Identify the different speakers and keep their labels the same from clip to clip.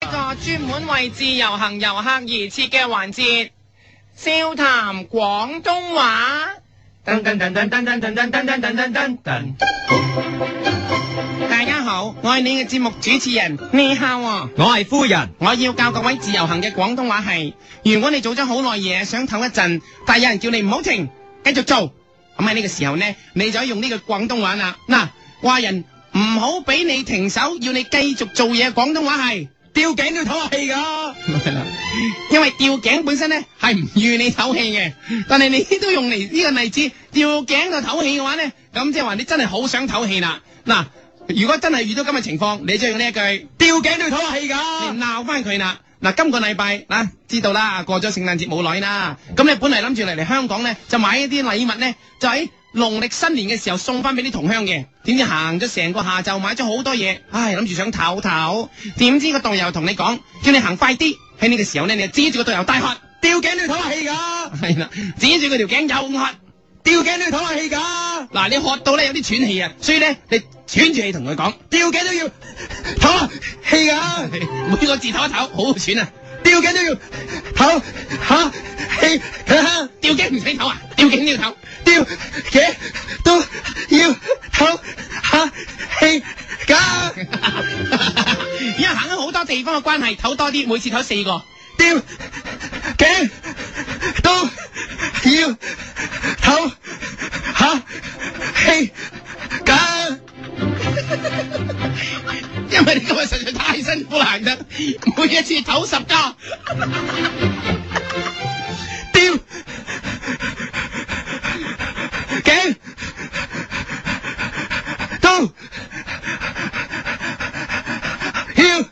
Speaker 1: 個專門為自由行遊客而設嘅環節，笑談廣東話。
Speaker 2: 噔噔噔噔噔噔噔噔噔噔噔噔噔，
Speaker 1: 大家好，我係你嘅節目主持人你孝啊。
Speaker 2: 我係夫人。
Speaker 1: 我要教各位自由行嘅廣東話係，如果你做咗好耐嘢，想唞一陣，但係有人叫你唔好停，繼續做，咁啊喺呢個時候呢，你就可以用呢個廣東話啦。嗱，話人唔好俾你停手，要你繼續做嘢，廣東話係。
Speaker 2: 吊頸都要唞下氣噶。
Speaker 1: 因為吊頸本身咧係唔預你唞氣嘅，但係你都用嚟呢個例子吊頸度唞氣嘅話咧，咁即係話你真係好想唞氣啦。嗱，如果真係遇到咁嘅情況，你就用呢一句。
Speaker 2: 吊頸都要唞下氣
Speaker 1: 你
Speaker 2: 噶。
Speaker 1: 鬧翻佢啦。嗱，今個禮拜嗱，知道啦，過咗聖誕節冇耐啦。咁你本嚟諗住嚟嚟香港咧，就買一啲禮物咧，就喺農曆新年嘅時候送翻俾啲同鄉嘅。點知行咗成個下晝，買咗好多嘢，唉，諗住想唞唞，點知個導遊同你講，叫你行快啲。喺呢個時候咧，你就指住個導遊大喝，
Speaker 2: 吊頸都要唞下氣噶。
Speaker 1: 係啦，指住佢條頸又喝。
Speaker 2: 吊頸都要唞下氣噶。
Speaker 1: 嗱，你喝到咧有啲喘氣啊，所以咧你喘住氣同佢 講，
Speaker 2: 吊頸都要唞下氣噶。
Speaker 1: 每個字唞一唞，好好喘啊！
Speaker 2: 吊頸都要唞下氣㗎。
Speaker 1: 吊頸唔使唞啊，吊頸都要唞。
Speaker 2: 吊頸都要唞下氣噶。
Speaker 1: 因為行咗好多地方嘅關係，唞多啲，每次唞四個。
Speaker 2: 吊頸都要唞下氣㗎。
Speaker 1: 因為你今日實在太辛苦啦，行得每一次唞十家。
Speaker 2: 吊頸都要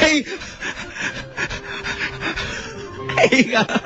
Speaker 2: 唞下氣氣
Speaker 1: 啊
Speaker 2: 㗎。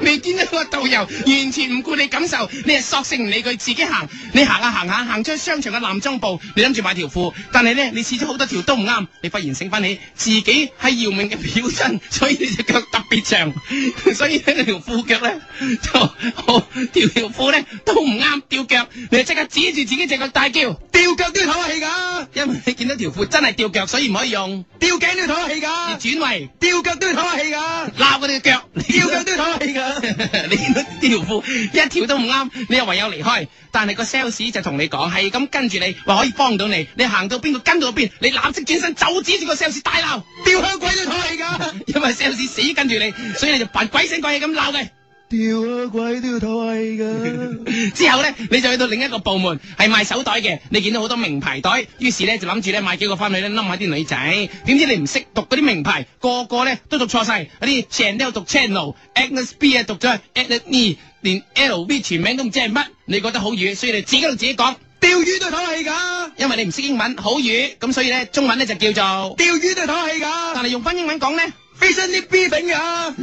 Speaker 1: 你見到個導遊完全唔顧你感受，你係索性唔理佢自己行。你行下行下行出商場嘅男裝部，你諗住買條褲，但係咧你試咗好多條都唔啱，你忽然醒翻起自己係姚明嘅表親， 所以你隻腳特別長， 所以呢條褲腳咧就好條條褲咧都唔啱吊腳，你就即刻指住自己隻腳大叫。
Speaker 2: 吊腳都要唞下氣㗎，
Speaker 1: 因為你見到條褲真係吊腳，所以唔可以用，
Speaker 2: 吊頸都要唞下氣
Speaker 1: 而
Speaker 2: 㗎，
Speaker 1: 轉為
Speaker 2: 吊腳都要唞下氣㗎，
Speaker 1: 鬧佢哋嘅腳，
Speaker 2: 吊腳都要唞下氣㗎。
Speaker 1: 你見到條褲一條都唔啱，你又唯有離開。但係個 sales 就同你講，係咁跟住你，話可以幫到你。你行到邊個跟到邊，你立即轉身就指住個 sales 大鬧，
Speaker 2: 吊香鬼都要唞氣㗎，
Speaker 1: 因為 sales 死跟住你，所以你就扮鬼聲鬼氣咁鬧佢。
Speaker 2: 吊香鬼都要唞氣㗎，
Speaker 1: 之後咧，你就去到另一個部門，係賣手袋嘅。你見到好多名牌袋，於是咧就諗住咧買幾個翻去咧冧下啲女仔。點知你唔識讀嗰啲名牌，個個咧都讀錯晒。嗰啲 Chanel 讀 Channel，Agnes B 啊讀咗 Agnes，連 LV 全名都唔知係乜。你覺得好瘀，啊所以你自己喺度自己講，
Speaker 2: 釣魚都要唞氣㗎，
Speaker 1: 因為你唔識英文，好瘀咁，所以咧中文咧就叫做，
Speaker 2: 釣魚都要唞氣㗎，
Speaker 1: 但係用翻英文講咧。
Speaker 2: 飛身啲 B 頂㗎，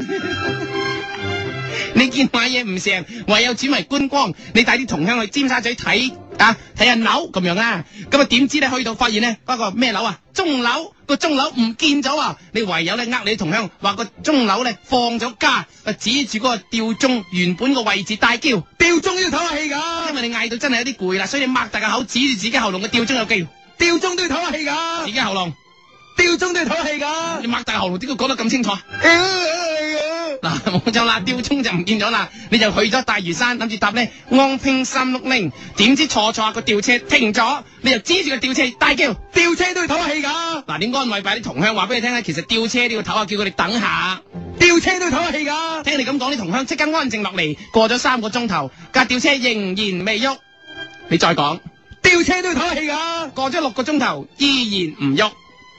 Speaker 1: 你見買嘢唔成，唯有轉為觀光。你帶啲同鄉去尖沙咀睇啊，睇下樓咁樣啦。咁啊點知咧去到發現咧，嗰個咩樓啊，鐘樓個鐘樓唔見咗啊！你唯有咧呃你啲同鄉話個鐘樓咧放咗假，啊指住嗰個吊鐘原本個位置大叫，因
Speaker 2: 吊鐘都要唞下氣㗎，
Speaker 1: 為你嗌到真係有啲攰啦，所以你擘大個口指住自己喉嚨嘅吊鐘又叫，
Speaker 2: 吊鐘都要唞下氣
Speaker 1: 自
Speaker 2: 㗎，
Speaker 1: 己喉嚨，
Speaker 2: 吊鐘都要唞氣㗎
Speaker 1: 你。擘大個喉嚨點解講得咁清楚啊？嗱，冇錯啦，吊鐘就唔見咗啦，你就去咗大嶼山，諗住搭呢安平三六零，點知坐坐下個吊車停咗，你就指住個吊車大叫。
Speaker 2: 吊車都要唞下氣㗎，
Speaker 1: 嗱，點安慰埋啲同鄉話俾你聽咧？其實吊車都要唞下，啊叫佢哋等下。
Speaker 2: 吊車都要唞下氣㗎，
Speaker 1: 聽你咁講，啲同鄉即刻安靜落嚟。過咗三個鐘頭，架吊車仍然未喐。你再講，
Speaker 2: 吊車都要唞下氣㗎，
Speaker 1: 過咗六個鐘頭，依然唔喐。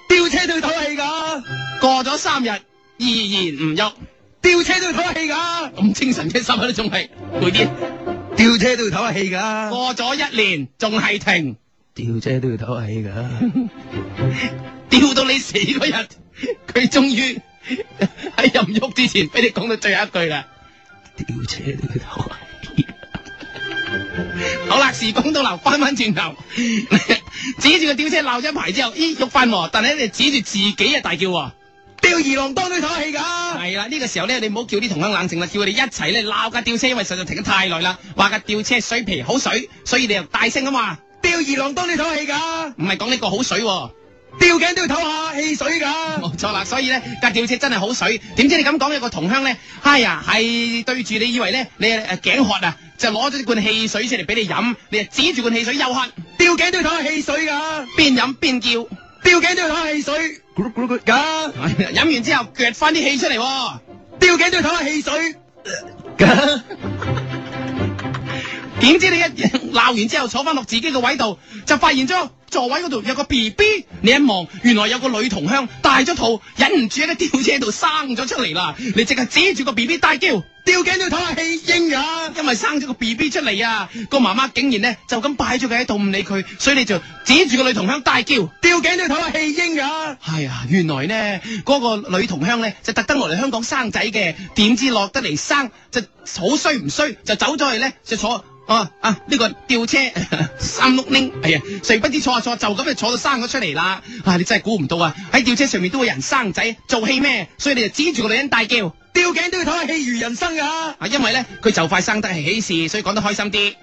Speaker 2: 吊車都要唞下氣㗎，
Speaker 1: 過咗三日，依然唔喐。
Speaker 2: 吊車都要唞下氣㗎，
Speaker 1: 咁精神嘅心喺度仲係攰啲。
Speaker 2: 吊車都要唞下氣㗎，
Speaker 1: 過咗一年，仲係停。
Speaker 2: 吊車都要唞下氣㗎。
Speaker 1: 吊到你死嗰日，佢終於喺任喐之前，俾你講到最後一句啦。
Speaker 2: 吊車都要唞下氣，
Speaker 1: 好啦，時光倒流，翻翻轉頭， 指住個吊車鬧咗一排之後，咦，喐翻喎，但係咧你指住自己啊大叫喎，
Speaker 2: 吊兒郎當都要唞氣㗎。
Speaker 1: 系啦，呢、個時候咧，你唔好叫啲同鄉冷靜啦，叫佢哋一齊咧鬧架吊車，因為實在停得太耐啦。話架吊車水皮好水，所以你又大聲咁話，
Speaker 2: 吊兒郎當都要唞氣㗎，
Speaker 1: 唔係講呢個好水、喎。
Speaker 2: 吊頸都要唞下汽水㗎。
Speaker 1: 冇錯啦，所以咧架吊車真係好水。點知你咁講有個同鄉咧，哎呀，係對住你以為咧你誒頸渴啊，就攞咗罐汽水出嚟俾你飲，你就指住罐汽水又喝，
Speaker 2: 吊頸都要唞下汽水㗎，
Speaker 1: 邊飲邊叫，
Speaker 2: 吊頸都要唞下汽水，咕嚕咕嚕咕㗎，
Speaker 1: 哎呀飲完之後撅翻啲氣出嚟、喎。
Speaker 2: 吊頸都要唞下汽水㗎。
Speaker 1: 點知你一 鬧完之後坐翻落自己個位度，就發現咗座位嗰度有個 B B，你一望原來有個女同鄉大咗肚，忍唔住喺個吊車度生咗出嚟啦！你即刻指住個 B B 大叫。
Speaker 2: 吊頸都要唞下氣啊應㗎，
Speaker 1: 因為生咗個 B B 出嚟啊，個媽媽竟然咧就咁擺咗佢喺度唔理佢，所以你就指住個女同鄉大叫。
Speaker 2: 吊頸都要唞下氣應㗎，
Speaker 1: 係啊，原來呢嗰、個女同鄉呢，就特登落嚟香港生仔嘅，點知落得嚟生就好衰唔衰，就走咗去呢，就坐啊啊呢、個吊車 三碌拎，係啊，誰不知坐下坐下就咁就坐到生咗出嚟啦！啊，你真係估唔到啊！喺吊車上面都有人生仔做戲咩？所以你就指住個女人大叫
Speaker 2: 吊頸都要唞下氣如人生㗎，
Speaker 1: 啊，因為呢，佢就快生得係喜事，所以講得開心啲。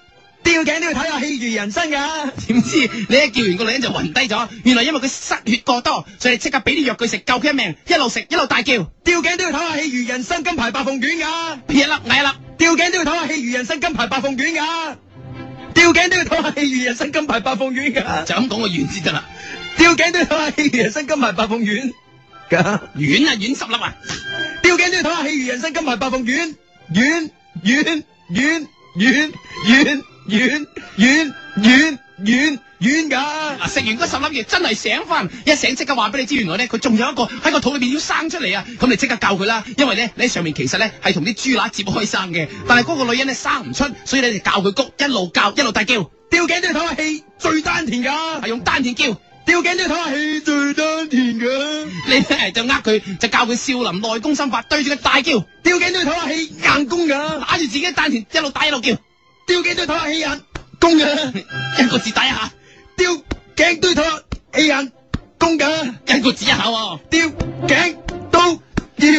Speaker 2: 吊頸都要唞下氣如人生啊㗎，
Speaker 1: 點知你一叫完個女人就暈低咗，原來因為佢失血過多，所以你即刻俾啲藥佢食救佢一命，一路食一路大叫，
Speaker 2: 吊頸都要唞下氣如人生金牌白鳳丸㗎，
Speaker 1: 撇一粒嗌一粒。
Speaker 2: 吊頸都要唞下氣如人生金牌白鳳丸㗎，吊頸都要唞下氣如人生金牌白鳳丸㗎，
Speaker 1: 就咁講個丸先得啦，
Speaker 2: 吊頸都要唞下氣如人生金牌白鳳丸㗎。
Speaker 1: 丸啊丸十粒啊，
Speaker 2: 吊頸都要唞下氣如人生金牌白鳳丸，丸丸丸丸丸丸丸丸丸丸噶，
Speaker 1: 嗱啊食完嗰十粒嘢真係醒翻，一醒即刻話俾你知，原來咧佢仲有一個喺個肚裏邊要生出嚟啊，咁你即刻救佢啦，因為咧你喺上面其實咧係同啲豬乸接開生嘅，但係嗰個女人咧生唔出，所以你就教佢谷，一路教一路大叫，
Speaker 2: 吊頸都要唞下氣最丹田噶
Speaker 1: 係，用丹田叫。
Speaker 2: 吊頸都要唞下氣最丹田噶，
Speaker 1: 你呢就呃佢，就教佢少林內功心法，對住佢大叫，
Speaker 2: 吊頸都要唞下氣硬功噶，
Speaker 1: 打住自己丹田，一路打一路叫。
Speaker 2: 吊頸都要唞下氣硬功噶，
Speaker 1: 一个字打一下，
Speaker 2: 吊頸都要唞下氣硬功噶，
Speaker 1: 一个字一下、喎。
Speaker 2: 吊頸都要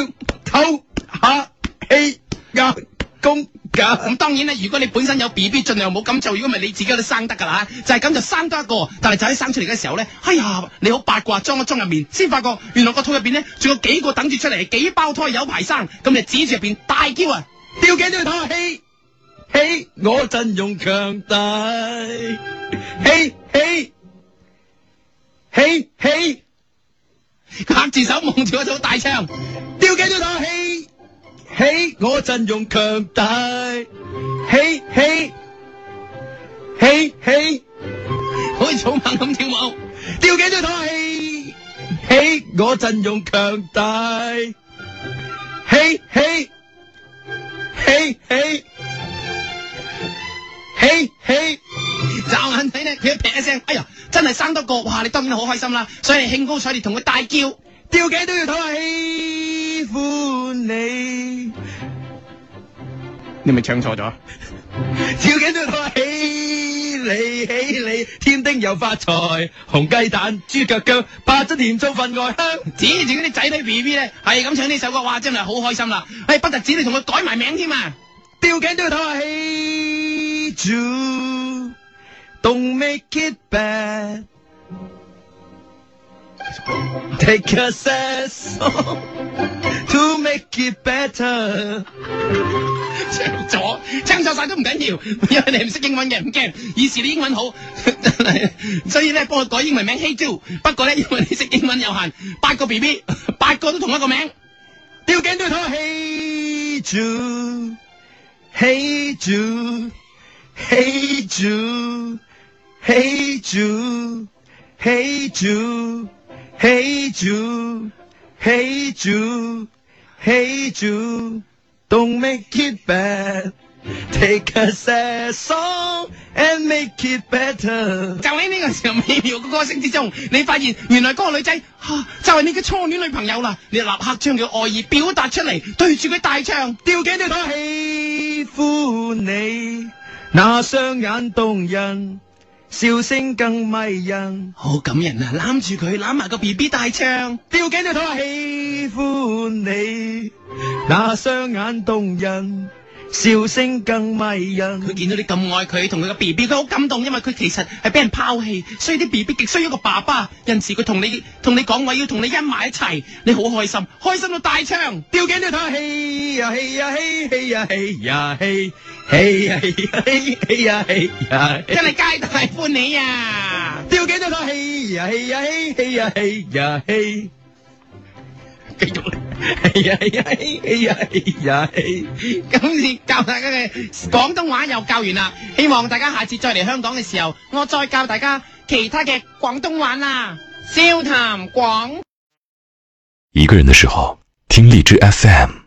Speaker 2: 唞下氣硬功噶。
Speaker 1: 咁當然咧，如果你本身有 B B，盡量冇咁做。如果唔係，你自己都生得㗎啦。就係咁就生多一個，但係就喺生出嚟嘅時候咧，哎呀，你好八卦，裝一裝入面，先發覺原來個肚入邊咧，仲有幾個等住出嚟，幾胞胎有排生。咁你指住入邊大叫啊！
Speaker 2: 吊頸都要唞下氣，氣我陣容強大，氣氣氣氣，
Speaker 1: 拍住手望住個肚大唱，
Speaker 2: 吊頸都要唞下氣，氣我陣容強大，氣氣氣氣，
Speaker 1: 好似草蜢咁跳舞。
Speaker 2: 吊頸都要唞下氣，氣我陣容強大，氣氣氣氣氣氣。
Speaker 1: 驟眼睇咧，佢一劈一聲，哎呀，真係生多個，哇！你當然好開心啦，所以你興高采烈同佢大叫。
Speaker 2: 吊頸都要唞下喜歡你，
Speaker 1: 你咪唱錯咗。
Speaker 2: 吊頸都要唞下喜你喜你，添丁又發財，紅雞蛋豬腳腳，八珍甜醋份外香。
Speaker 1: 指住嗰啲仔女 B B 咧，係咁唱呢首歌，哇，真係好開心啦！哎，不特止你同佢改埋名添啊！
Speaker 2: 吊頸都要唞下喜住，Don't make it bad。Take a sad song to make it better。
Speaker 1: 唱咗，唱錯晒都唔緊要，因為你唔識英文嘅，唔驚。以前你英文好， 所以咧幫我改英文名 Hey Joe。不過咧，因為你識英文有限，八個 B B，八個都同一個名。
Speaker 2: 吊頸都要唞氣住，氣住，氣住，氣住，氣住，氣住，氣住，氣住，Don't make it bad。Take a sad song and make it better。
Speaker 1: 就喺呢個時候美妙嘅歌聲之中，你發現原來嗰個女仔、啊就係你嘅初戀女朋友啦！你立刻將佢愛意表達出嚟，對住佢大唱。
Speaker 2: 吊頸都要睇喜歡你，那雙眼動人，笑聲更迷人，
Speaker 1: 好感人啊！揽住佢，揽埋个 B B 大唱，
Speaker 2: 吊頸對拖喜歡你，那雙眼動人，笑聲更迷
Speaker 1: 佢
Speaker 2: 人。
Speaker 1: 见到你咁爱佢，同佢个 B B，佢好感动，因为佢其实系俾人抛弃，所以啲 B B 极需要一个爸爸。有阵时佢同你同你讲话，要同你恩埋一齐，你好开心，开心到大唱。
Speaker 2: 吊頸對拖喜呀喜呀喜喜呀喜呀喜喜呀喜呀喜喜呀喜呀喜
Speaker 1: 真。系皆大欢喜 啊！
Speaker 2: 吊頸對拖喜呀喜呀喜喜呀喜呀喜。
Speaker 1: 继续啦，
Speaker 2: 哎呀哎呀哎呀哎呀！哎
Speaker 1: 今次教大家嘅广东话又教完啦，希望大家下次再嚟香港嘅时候，我再教大家其他嘅广东话啦。笑谈广。
Speaker 3: 一个人的时候，听荔枝 FM。